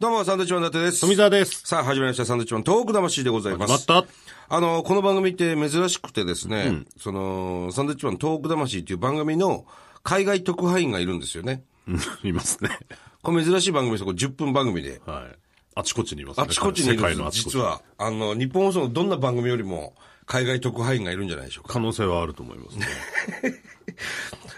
どうも、サンドウィッチマン伊達です。富澤です。さあ、始まりました。サンドウィッチマン、トーク魂でございます。始まった あの、この番組って珍しくてですね、その、サンドウィッチマン、トーク魂っていう番組の海外特派員がいるんですよね。いますね。これ珍しい番組ですよ。これ10分番組で。はい。あちこちにいますね。あちこちにいる世んで界すのあちこち実。は、あの、日本放送のどんな番組よりも、海外特派員がいるんじゃないでしょうか。可能性はあると思 いますね。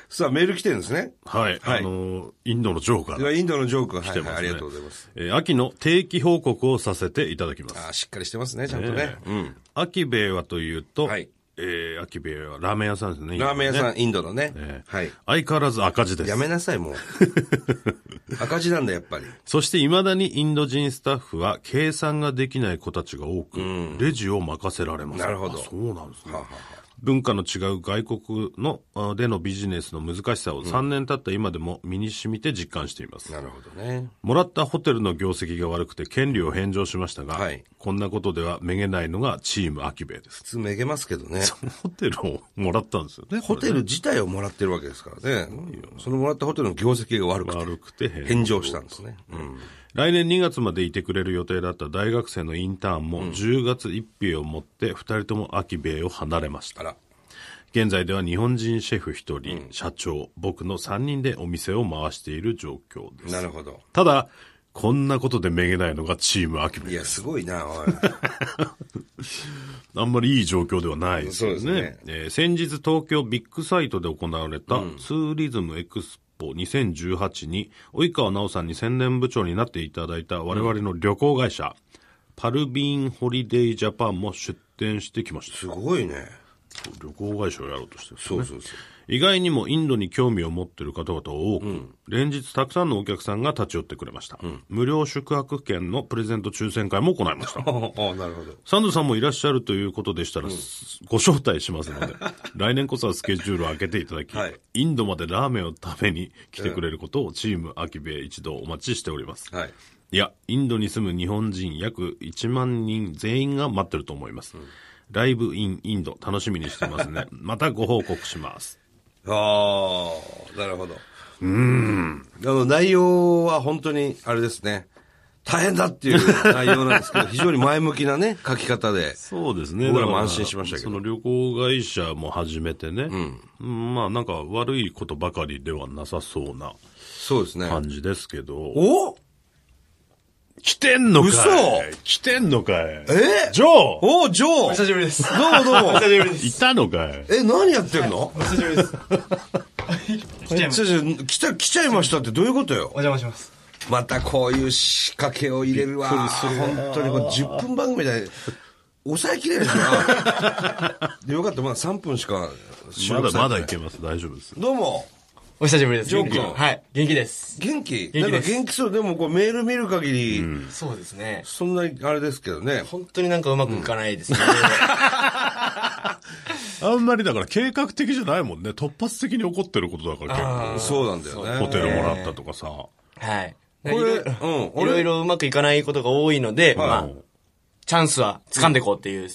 さあ、メール来てるんですね。はい。はいあの、インドのジョーからではインドのジョークが来来ててます、まはすね。いはい。ありがとうございます。。えー秋の定期報告をさせていただきます。あーしっかりしてますね、ちゃんとね。えーうん。秋兵衛はというと、はいえー秋兵衛はラーメン屋さんですね。ラーメン屋ん。さん、インドのね。えーはい。相変わらず赤字です。やめなさい、もう。 赤字なんだ、やっぱり。そして未だにインド人スタッフは計算ができない子たちが多く、レジを任せられます。なるほどあそうなんですね。はあは文化の違う外国のあでのビジネスの難しさを3年経った今でも身に染みて実感しています。なるほどね。もらったホテルの業績が悪くて権利を返上しましたが、はいこんなことではめげないのがチームアキ ベイです普。通めげますけどね。ホテルをもらったんですよね。ホテル自体をもらってるわけですからね。そのもらったホテルの業績が悪くて、悪くて返上返上したんですね。うん。来年2月までいてくれる予定だった大学生のインターンも10月1日をもって2人ともアキベイを離れましたあ。ら。現在では日本人シェフ1人、社長、僕の3人でお店を回している状況です。なるほど。ただ、こんなことでめげないのがチームアキベいイや、すごいな、おい。あんまりいい状況ではないですよね。そうですえー先日東京ビッグサイトで行われたツーリズムエクスポ2018に、及川直さんに宣伝部長になっていただいた我々の旅行会社、パルビーンホリデイジャパンも出展してきましすた。ごいね。旅行会社をやろうとしてるんですそねうそうそう。意外にもインドに興味を持っている方々多く、連日たくさんのお客さんが立ち寄ってくれました。無料宿泊券のプレゼント抽選会も行いました。ああ、なるほど。サンドさんもいらっしゃるということでしたら、すご招待しますの で、来年こそはスケジュールを空けていただき、はいインドまでラーメンを食べに来てくれることをチームアキベ一同お待ちしております。はい。いや、インドに住む日本人約1万人全員が待ってると思います。ライブインインド楽しみにしてま すね。またご報告します。ああ、なるほど。うん。あの、内容は本当に、あれですね。大変だっていう内容なんですけど、非常に前向きなね、書き方で。そうですね。僕らもだから安心しましたけどその旅行会社も始めてね、うんまあなんか悪いことばかりではなさそうなそうですね。感じですけど。お来てんのかい嘘来てんのかいえジョーおジョーお久しぶりです。どうもどうも。久しぶりでいす。たのかいえ、何やってんのお久しぶりです。来ちゃいます。先生、来た、来ちゃいましたってどういうことよお。邪魔します。またこういう仕掛けを入れるわ。本当にこれ10分番組で抑えきれるな。よかった、まだ3分しか収ま録だされてなまだいいけます。大丈夫です。どうも。お久しぶりです。ジョー君元気はい。元気です。元気気ですなんか元気そう。でもこうメール見る限り、そうですね。そんなにあれですけどね。本当になんかうまくいかないですね。あんまりだから計画的じゃないもんね。突発的に起こってることだから結そうなんだよね。構。ホテルもらったとかさ。はい。これいうん俺ろいろうまくいかないことが多いので、はいまあ、チャンスは掴んでこうっていう、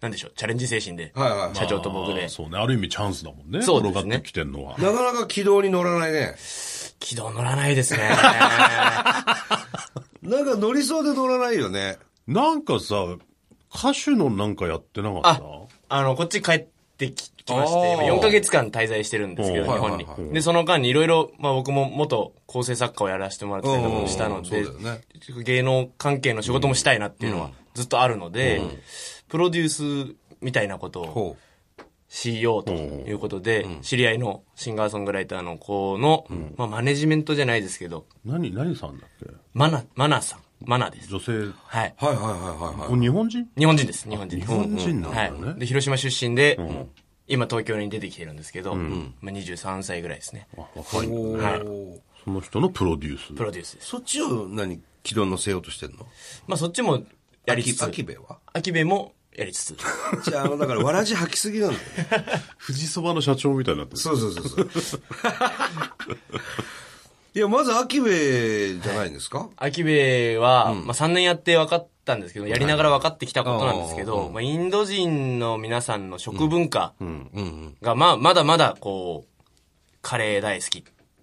なんでしょう、チャレンジ精神ではいはいはい、社長と僕あでー、そうね。ある意味チャンスだもんね。そうですね転がってきてんのは。なかなか軌道に乗らないね。軌道乗らないですね。なんか乗りそうで乗らないよね。なんかさ、歌手のなんかやってなかったあ、あの、こっち帰ってききましあーて、4ヶ月間滞在してるんですけど、お日ー本はいにはいは。で、その間にいろいろ、まあ僕も元構成作家をやらせてもらってたりとかもしたのうんでそうだよね、芸能関係の仕事もしたいなっていうのはずっとあるので、プロデュースみたいなことをほしようということで、知り合いのシンガーソングライターの子の、まあマネジメントじゃないですけど、何、何さんだっけマナ、マナさん。マナです。女性。はい。う。はいはいはいはいはい。これ日本人日本人です、日本人です。日本人なんだよねはい。で、広島出身で、今東京に出てきてるんですけど、まあ、23歳ぐらいですね。あ若いんだおーその人のプロデュース。プロデュースです。そっちを何軌道に乗せようとしてんのまあ、そっちもやりつつ、秋秋兵衛は秋部もやりつつ。じゃあ、あの、だから、わらじ履きすぎなんだよね。富士そばの社長みたいになってる。そうそうそうそう。 いや、まず秋兵衛じゃないんですか秋部は、まあ、3年やって分かったんですけど、やりながら分かってきたことなんですけど、まあ、インド人の皆さんの食文化うんうん。が、まあ、まだまだ、こう、カレー大好き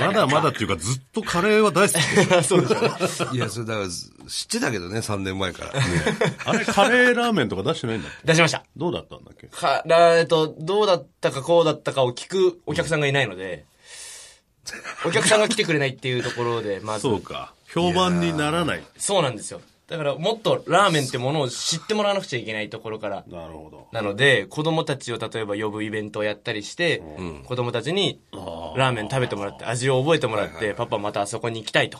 まだまだっていうか、ずっとカレーは大好きです。そうですよね。いや、それだから、知ってたけどね、3年前 から。あれ、カレーラーメンとか出してないんだっけ出しました。どうだったんだっけから、えっと、どうだったかこうだったかを聞くお客さんがいないので、お客さんが来てくれないっていうところで、まず。そうか。評判にならない。そうなんですよ。だから、もっとラーメンってものを知ってもらわなくちゃいけないところから。なるほど。なので、子供たちを例えば呼ぶイベントをやったりして、子供たちにラーメン食べてもらって、味を覚えてもらって、パパまたあそこに行きたいと。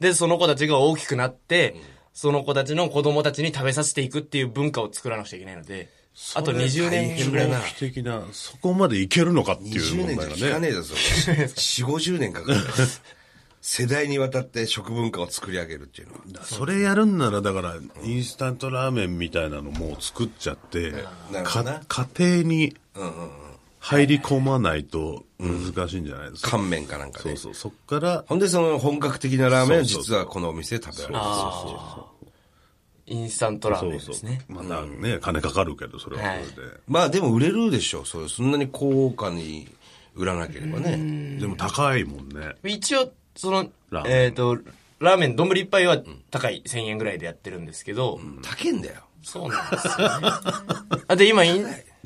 で、その子たちが大きくなって、その子たちの子供たちに食べさせていくっていう文化を作らなくちゃいけないので、あと20年ぐらい。長期的な、そこまでいけるのかっていう20問年じゃ題聞かがね。ねえだぞ、それ。4、50年かかる。世代にわたって食文化を作り上げるっていうのは。それやるんなら、だから、インスタントラーメンみたいなのもう作っちゃってな、るほどなか家庭に入り込まないと難しいんじゃないですか。乾麺かなんかそねう。そう。そっから、ほんで、その本格的なラーメンをそうそう実はこのお店で食べられる。インスタントラーそメンうでそすね。う。まあね、金かかるけど、それはそれで。まあでも売れるでしょう。それそんなに高価に売らなければね。でも高いもんね。一応、そのラー、メンえっと、ラーメン丼一杯は高い1000円ぐらいでやってるんですけど、高えんだよ。そうなんで すよね。あで、今、い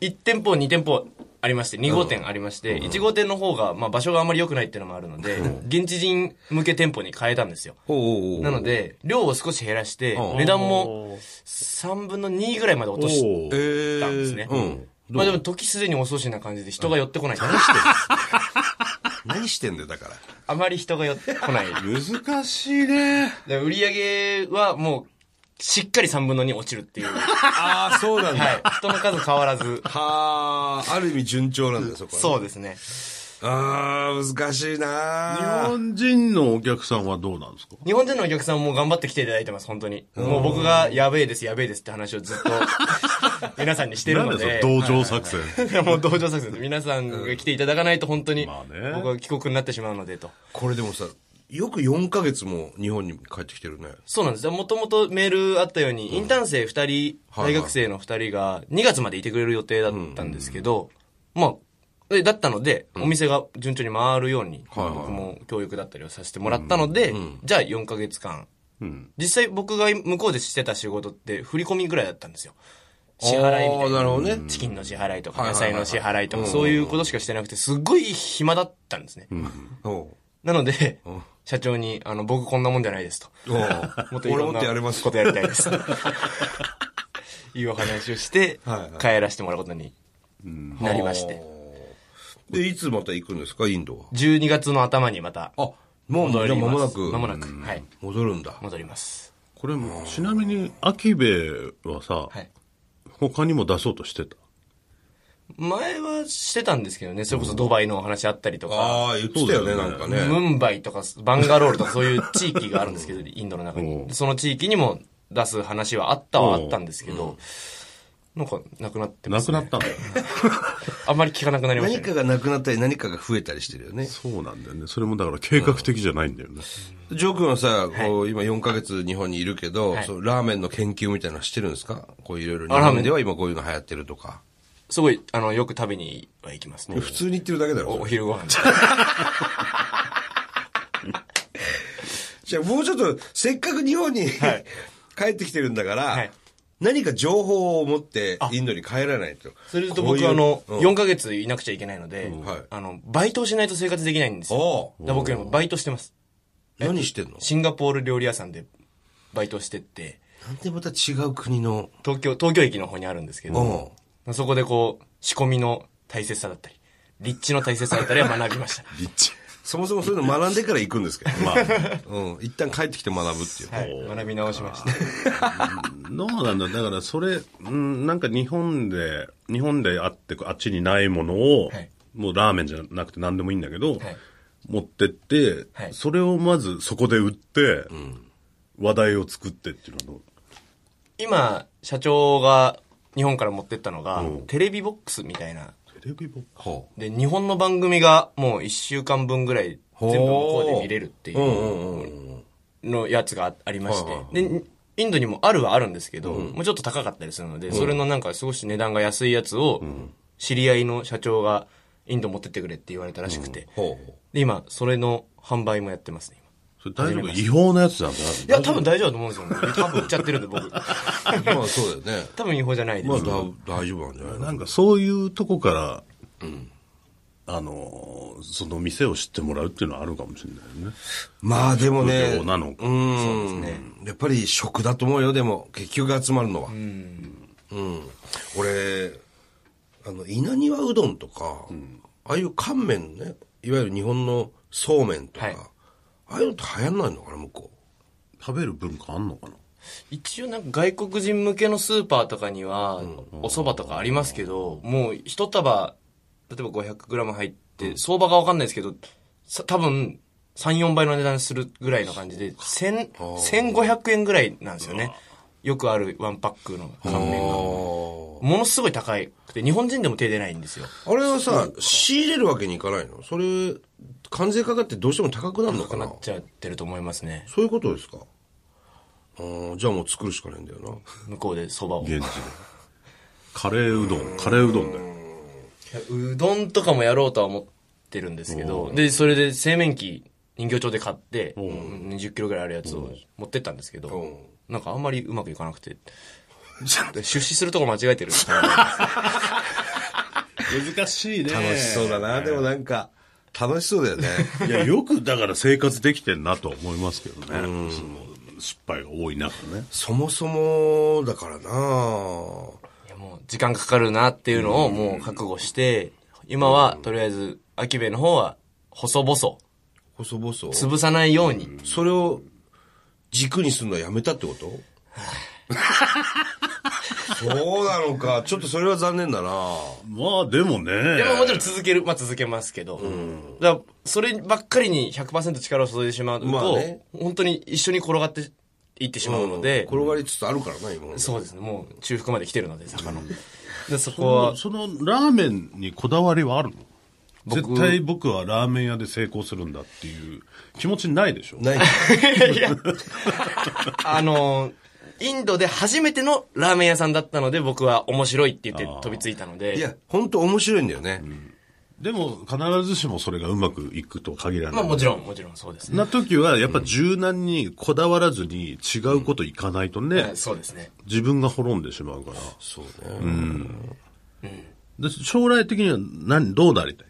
1店舗、2店舗ありまして、2号店ありまして、1号店の方が、まあ場所があんまり良くないっていうのもあるので、現地人向け店舗に変えたんですよ。おうおうおうなので、量を少し減らして、値段も3分の2ぐらいまで落としおえーたんですねー、。うん。まあでも時すでに遅しな感じで人が寄ってこない。何してんだよ、だから。あまり人が寄ってこない。難しいね。で売り上げはもう、しっかり3分の2落ちるっ ていう。は。ああ、そうなんだ。はい人の数変わらず。あ、ある意味順調なんだよ、そこはね。そうですね。ああ、難しいな日ー本人のお客さんはどうなんですか日本人のお客さんも頑張ってきていただいてます、本当に。もう僕がやべえです、やべえですって話をずっと 皆さんにしてるなんのでそでの。同情作戦。いや もう同情作戦です。皆さんが来ていただかないと本当にまあね僕は帰国になってしまうのでと。これでもさ、よく4ヶ月も日本に帰ってきてるね。そうなんです。もともとメールあったように、インターン生2人、はいは大い学生の2人が2月までいてくれる予定だったんですけど、まあ、でだったので、お店が順調に回るように、はいはい僕も教育だったりをさせてもらったので、じゃあ4ヶ月間、実際僕が向こうでしてた仕事って振り込みぐらいだったんですよ。支払いみたあーいなな。るほどね。チキンの支払いとか、はい野はいはい菜の支払いとか、そういうことしかしてなくて、すっごい暇だったんですね。おうなので、社長に、あの、僕こんなもんじゃないですと。おう俺もっとやれますこ。とやりたいです。いうお話をしてはいはい、帰らせてもらうことになりまして。で、いつまた行くんですか、インドは。 12月の頭にまたあ、もう、じゃ戻あり間もまなす。く。間もなく。はい。戻るんだ。戻ります。これも、ちなみに、アキベはさ、はい。他にも出そうとしてた。前はしてたんですけどね、それこそドバイのお話あったりとか、ああ、言ってたよね、そうだなよねんかムね。ンバイとかバンガロールとかそういう地域があるんですけど、インドの中うに。んその地域にも出す話はあったはあったんですけど、なんかなくなってまなすくね。なったんだよ。あんまり聞かなくなりました何ね。かがなくなったり、何かが増えたりしてるよね。そうなんだよね。それもだから計画的じゃないんだよね。ジョー君はさ、こう、今4ヶ月日本にいるけど、はいそうラーメンの研究みたいなのしてるんですかこういろいろ。日あラーメン本では今こういうの流行ってるとか。すごい、あの、よく食べには行きますね。普通に言ってるだけだおろお。昼ご飯じゃあもうちょっと、せっかく日本に、 い帰ってきてるんだから、はい何か情報を持ってインドに帰らないと。 それとこういう僕あの、うん4ヶ月いなくちゃいけないので、はいあの、バイトをしないと生活できないんですおよ。うだから僕今バイトしてます。何してんのシンガポール料理屋さんでバイトしてって、なんでまた違う国の。東京、東京駅の方にあるんですけど、そこでこう、仕込みの大切さだったり、立地の大切さだったりは学び ました。そもそもそういうの学んでから行くんですけど。 まあ、うん。一旦帰ってきて学ぶっていう。はい。学び直しました。どうなんだだからそれ、うん、なんか日本で、日本であって、あっちにないものを、はいもうラーメンじゃなくて何でもいいんだけど、はい持ってって、はいそれをまずそこで売って、話題を作ってっていうのはどう今、社長が日本から持ってったのが、テレビボックスみたいなテレビボックほ。で、日本の番組がもう一週間分ぐらい全部向こうで見れるっていうううんうんうんうん。のやつがあありましはいはて。で、インドにもあるはあるんですけど、もうちょっと高かったりするので、それのなんか少し値段が安いやつを、知り合いの社長がインド持ってってくれって言われたらしくて、ほうほう。で、今、それの販売もやってますね、今それ大丈夫違法なやつだないや、多分大丈夫だと思うんですよ。 多分売っちゃってるんで、僕。 まあそうだよね。多分違法じゃないです。まあだ大丈夫なんじゃないのなんかそういうとこから、あのー、その店を知ってもらうっていうのはあるかもしれないよね。まあでもね不良なの、かうんやっぱり食だと思うよ、でも、結局集まるのは。うん。俺、あの、稲庭うどんとか、ああいう乾麺ね、いわゆる日本のそうめんとか、はいああいうのって流行んないのかな、向こ食べる文化あんのかな一応なんか外国人向けのスーパーとかには、お蕎麦とかありますけど、もう一束、例えば 500g 入って、相場がわかんないですけど、さ多分、3、4倍の値段するぐらいの感じで、千1500円ぐらいなんですよね。よくあるワンパックの乾麺が。ものすごい高くて、日本人でも手出ないんですよ。う。あれはさ、仕入れるわけにいかないのそれ、関税かかってどうしても高くなるのなかくななっちゃってると思いますね。そういうことですかあーじゃあもう作るしかないんだよな。向こうで蕎麦を。現地で。カレーうどん、カレーうどんだよ。うどんとかもやろうとは思ってるんですけど、で、それで製麺機、人形町で買って、20キロぐらいあるやつを持ってったんですけど、なんかあんまりうまくいかなく て、で出資するとこ間違えてる。 難しいね。楽しそうだな、でもなんか、楽しそうだよ ね。いや、よくだから生活できてんなとは思いますけどね。その失敗が多い中ね。そもそも、だからなあいやもう時間かかるなっていうのをもう覚悟して、今はとりあえず、秋部の方は細々、細々。潰さないように、それを軸にするのはやめたってことそうなのか。ちょっとそれは残念だなまあでもね。でももちろん続ける、まあ続けますけど。だから、そればっかりに100%力を注いでしまうと、まあね本当に一緒に転がっていってしまうので、転がりつつあるからな、今まで。そうですね、もう中腹まで来てるので、坂の。で、そこは、そのラーメンにこだわりはあるの僕絶対僕はラーメン屋で成功するんだっていう気持ちないでしょない。いや、あの、インドで初めてのラーメン屋さんだったので、僕は面白いって言って飛びついたので、いや、本当面白いんだよね。でも必ずしもそれがうまくいくとは限らない。まあもちろん、もちろんそうですね。な時はやっぱ柔軟にこだわらずに違うこといかないとね、はいそうですね。自分が滅んでしまうから。そうね。で将来的には何、どうなりたい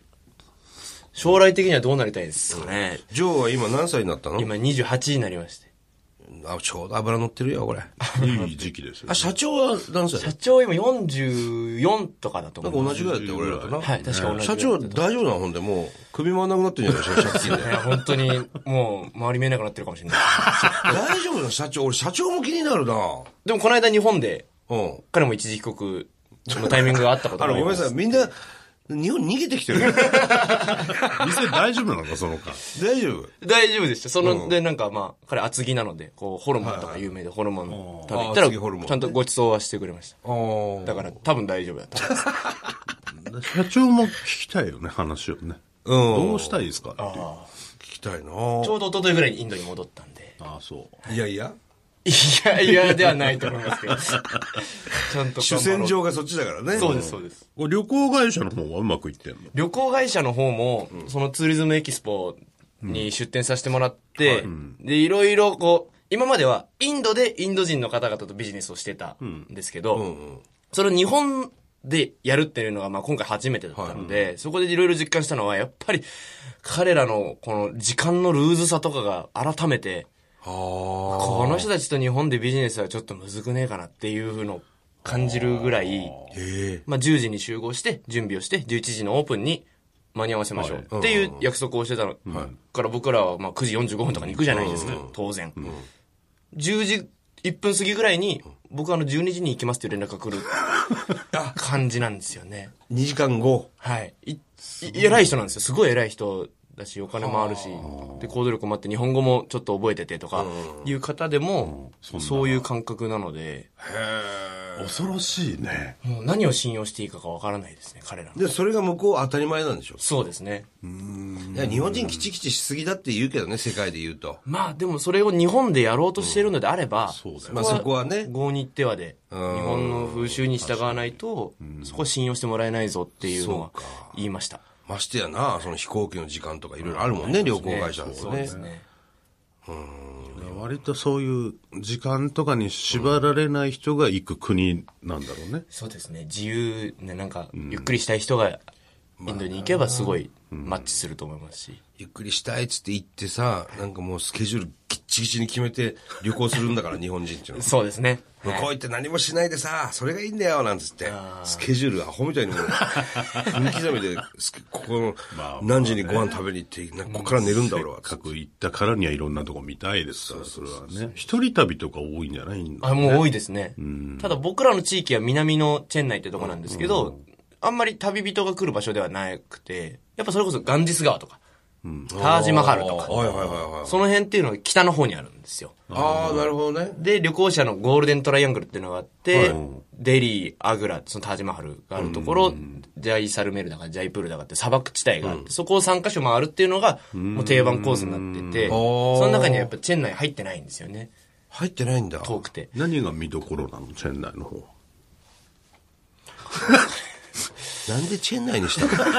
将来的にはどうなりたいですかね。ジョーは今何歳になったの今28になりまして。あ、ちょうど油乗ってるよ、これ。いい時期ですよ、あ、社長は何歳社長今44とかだと思ないんますか同じぐらいだったよ、俺らとな。はい、確か同じ。社長は大丈夫なのほんで、もう首回んなくなってんじゃないですか、借金でい。や、本当に、もう、周り見えなくなってるかもしれない。大丈夫なの社長。俺、社長も気になるなでも、この間日本で、うん。彼も一時帰国のタイミングがあったことあがの、あごめんりまなすさい。みんな、日本に逃げてきてる。店大丈夫なのか、そのか。 大丈夫大丈夫でした。その、で、なんか、まあ、彼厚着なので、こう、ホルモンとか有名で、ホルモン食べ行ったあー厚木ホルモンら、ちゃんとご馳走はしてくれました。ああ。だから、多分大丈夫だと思います。社長も聞きたいよね、話をね。うんどうしたいですかっていう。聞きたいな ちょうど一昨日ぐらいにインドに戻ったんで。ああ、そう。いやいや。いや、いや、ではないと思いますけど。 ちゃんと頑張ろう。主戦場がそっちだからね。そうです、そうです。これ旅行会社の方はうまくいってんの旅行会社の方も、そのツーリズムエキスポに出展させてもらって、で、いろいろこう、今まではインドでインド人の方々とビジネスをしてたんですけど、それを日本でやるっていうのが、まあ今回初めてだったので、そこでいろいろ実感したのは、やっぱり彼らのこの時間のルーズさとかが改めて、あこの人たちと日本でビジネスはちょっとむずくねえかなっていうのを感じるぐらあ。い、へえ。まあ、10時に集合して、準備をして、11時のオープンに間に合わせましょうっていう約束をしてたの。から僕らはまあ9時45分とかに行くじゃないですか、当然。10時1分過ぎぐらいに、僕あの12時に行きますっていう連絡が来る感じなんですよね。 2時間後。はい。い、い偉い人なんですよ。すごい偉い人だし、お金もあるし、で、行動力もあって、日本語もちょっと覚えててとか、いう方でも、そういう感覚なので、恐ろしいね。もう何を信用していいかがわからないですね、彼らの。で、それが向こう当たり前なんでしょ。そうですね。いや、日本人キチキチしすぎだって言うけどね、世界で言うと。まあでもそれを日本でやろうとしているのであれば、そうだよまあそこはね。合に行ってはで、日うん本の風習に従わないと、そこは信用してもらえないぞっていうのは言いました。ましてやな、その飛行機の時間とかいろいろあるもんね、旅行会社のそうでねす。ね。割とそういう時間とかに縛られない人が行く国なんだろうね。そうですね。自由な、なんか、ゆっくりしたい人が、インドに行けばすごいマッチすると思いますし。ゆっくりしたいっつって行ってさ、なんかもうスケジュールぎっちぎちに決めて旅行するんだから、日本人っていうのは。そうですね。向こう行って何もしないでさ、それがいいんだよ、なんつって。スケジュールアホみた いにもう、分刻みで、すここの何時にご飯食べに行って、なんかここから寝るんだ俺は。各行ったからにはいろんなとこ見たいですから、それはね。一人旅とか多いんじゃないんだ。あ、もう多いですね。ただ僕らの地域は南のチェンナイってとこなんですけど、あんまり旅人が来る場所ではなくて、やっぱそれこそガンジス川とか、タージマハルとか、はいはいはいはい。その辺っていうのが北の方にあるんですよ。ああ、なるほどね。で、旅行者のゴールデントライアングルっていうのがあって、デリー、アグラ、そのタージマハルがあるところ、ジャイサルメルだかジャイプールだかって砂漠地帯があって、そこを3カ所回るっていうのが、もう定番コースになってて、あーその中にはやっぱチェンナイ入ってないんですよね。入ってないんだ。遠くて。何が見どころなのチェンナイの方。 なんでチェン内に したの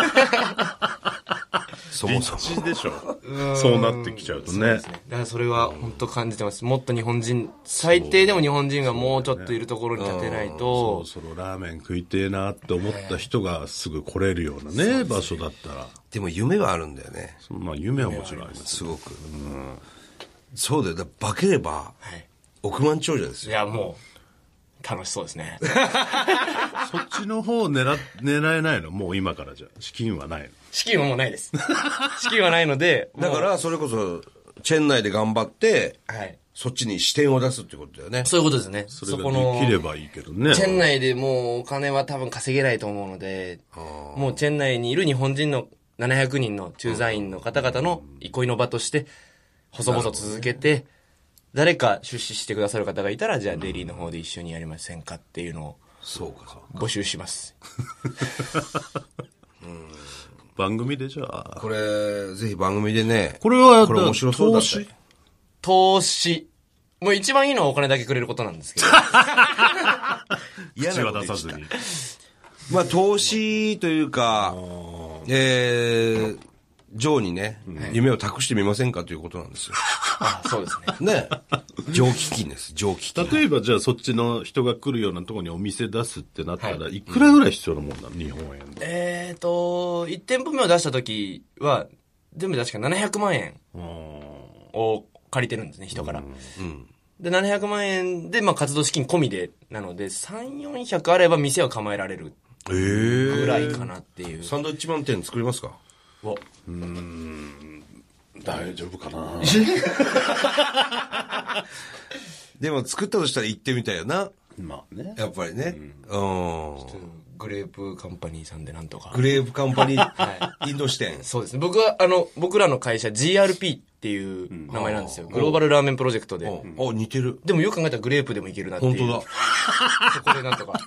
そもそも。地でしょ。そうなってきちゃうとね。だからそれは本当感じてます。もっと日本人、最低でも日本人がもうちょっといるところに立てないそとろ、そろラーメン食いてえなって思った人がすぐ来れるようなね、場所だったら。でも夢はあるんだよね。そんな夢はもちろんあります。すごく。そうだよ。だから化ければ、はい億万長者ですいよ。や、もう、楽しそうですね。 そっちの方を狙っ、狙えないのもう今からじゃ。資金はないの。資金はもうないです。資金はないので、だから、それこそ、チェン内で頑張って、ら、はい。そっちに視点を出すってことだよね。そういうことですね。そそれがこのでき、ればいいけどね。チェン内でもうお金は多分稼げないと思うので、もうチェン内にいる日本人の700人の駐在員の方々の憩いの場として、細々続けて、誰か出資してくださる方がいたら、じゃあデリーの方で一緒にやりませんかっていうのをそうか、そうか。募集します。番組でじゃあ。これ、ぜひ番組でね。これは、これ面白そうだ投っ資て。投資。もう一番いいのはお金だけくれることなんです けど。嫌口なはこと言出さっちずゃったに。まあ、投資というか、えー、ジョーにね、夢を託してみませんかということなんですよ。あそうですね。ね。上基金です、上基金。例えばじゃあそっちの人が来るようなところにお店出すってなったら、、はいくらぐらい必要なもんなの日本円で。えーと、1店舗目を出した時は、全部で確か700万円を借りてるんですね、人から。で、700万円で、まあ、活動資金込みで、なので、3、400あれば店は構えられるえーぐらいかなっていう。サンドイッチマン店作りますかお大丈夫かなでも作ったとしたら行ってみたいよな。まあね。やっぱりね。うん。グレープカンパニーさんでなんとかグ。レープカンパニー、インド支店。そうですね。僕は、あの、僕らの会社 GRP っていう名前なんですよ。グローバルラーメンプロジェクトで。あ、似てる。でもよく考えたらグレープでもいけるなってい本う。当だ。そこでなんとか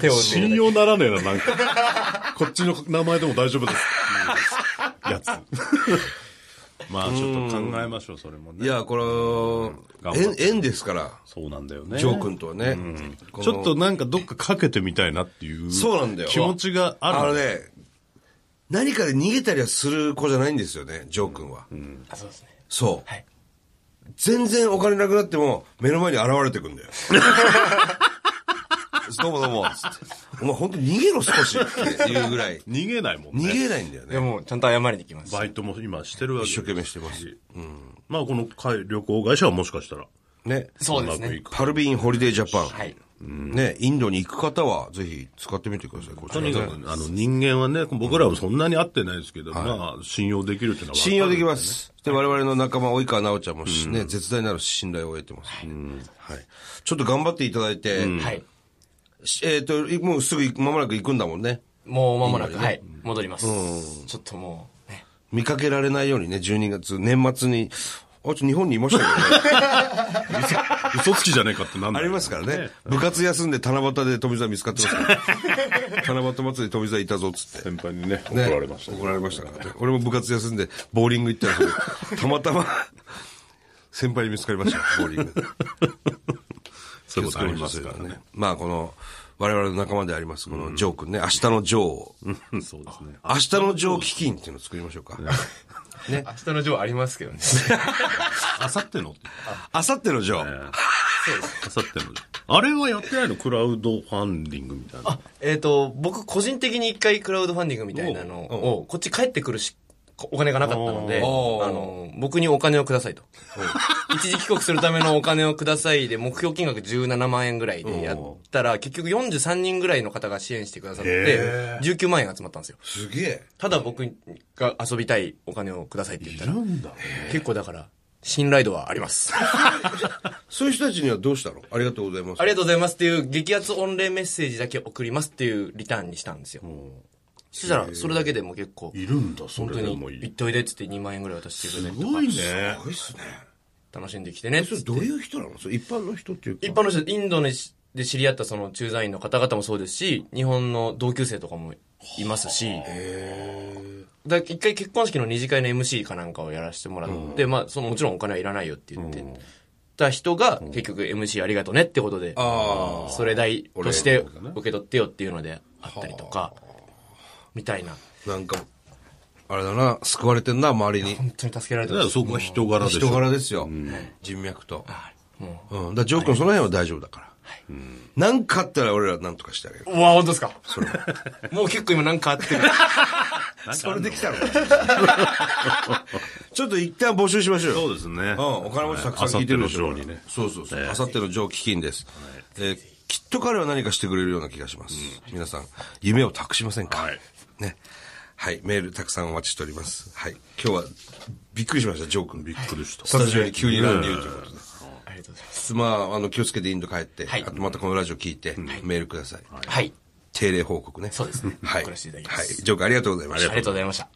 手を入れて信用ならねえな、なんか。 こっちの名前でも大丈夫です。 やつ。まあちょっと考えましょう、それもね。いや、これ、頑張縁っ、縁ですから、そうなんだよね。ジョー君とはね。このちょっとなんかどっかかけてみたいなっていう。そうなんだよ気持ちがある。あのね、何かで逃げたりはする子じゃないんですよね、ジョー君は。あ、そうですね。そうはい。全然お金なくなっても、目の前に現れてくんだよ。どうもどうも、つって。お前本当逃げろ少しっていうぐらい。逃げないもんね。逃げないんだよでね。も、ちゃんと謝りに来ます。バイトも今してるわけ一生懸命してますし。まあこの会旅行会社はもしかしたらね。そうですうまくいねく。パルビンホリデージャパン。はい。ね、インドに行く方は、ぜひ使ってみてください、こちとらねにかく、あの、人間はね、僕らはそんなに会ってないですけど、まあ、信用できるっていうのは。信用できます。で、我々の仲間、及川直ちゃんもしね、絶大なる信頼を得てます。はい。ちょっと頑張っていただいて、はい。しえっと、いもうすぐ行く、間もなく行くんだもんね。もう間もなく、はい。戻ります。ちょっともう、ね。見かけられないようにね、12月、年末に、あいつ日本にいましたけ どね。嘘つきじゃねえかってなんだあよりますからね。部活休んで七夕で富澤見つかってます から。七夕祭り富澤いたぞ、つって。先輩にね、怒ねられましたね。怒られましたからね。俺も部活休んで、ボーリング行ったらそれ、たまたま、 先輩に見つかりました、ボーリング。そういうことありますからね。まあ、この、我々の仲間であります、このジョー君ね、明日のジョーを、うんそうですね。明日のジョー基金っていうのを作りましょうか。明日のジョーありますけどね。あさっての明後日のジョー。あさっての。あれはやってないのクラウドファンディングみたいな。えっ、と、僕個人的に一回クラウドファンディングみたいなのを、こっち帰ってくるし、お金がなかったので、あおーの、僕にお金をくださいと。一時帰国するためのお金をくださいで、目標金額17万円ぐらいでやったら、結局43人ぐらいの方が支援してくださって、19万円集まったんですよ。すげえ。ただ僕が遊びたいお金をくださいって言ったら、んだ。結構だから、信頼度はあります。そういう人たちにはどうしたのありがとうございます。ありがとうございますっていう激アツ御礼メッセージだけ送りますっていうリターンにしたんですよ。そしたら、それだけでも結構、いるんだ、そ本当れでにもい行っい。ておいでっつって2万円ぐらい渡してくれすて、ごいねす。ごいっすね。楽しんできてねっそつっれて。どういう人なのそれ一般の人っていうか。一般の人、インドで知り合ったその駐在員の方々もそうですし、日本の同級生とかもいますし、だから一回結婚式の二次会の MC かなんかをやらせてもらって、まあ、そのもちろんお金はいらないよって言って、た人が結局 MC ありがとねってことで、ああ。それ代として受け取ってよっていうのであったりとか、みたいな。なんか、あれだな、救われてんな、周りに。本当に助けられてだからます。そこは人柄でしょ。人柄ですよ。人脈と。うん。だからジョー君その辺は大丈夫だから。なんかあったら俺らなんとかしてあげる。うわ、本当ですか もう結構今なんかあ ってる。それできたの ちょっと一旦募集しましょうよ。そうですね。うん、お金持ちたくさん聞いてるでしょ。明後日のジョーにねそうそうそう。あさっての上基金です。えーきっと彼は何かしてくれるような気がします。皆さん、夢を託しませんか、はいね。はい、メールたくさんお待ちしております。はい。今日は、びっくりしました、ジョー君。びっくりした。スタジオに急に乱入ということで。ありがとうございます。まあ、あの、気をつけてインド帰って、はいあとまたこのラジオ聞いて、メールください。はい。定例報告ね。そうですねはい。送らせていただきますはい。ジョー君ありがとうございました。ありがとうございました。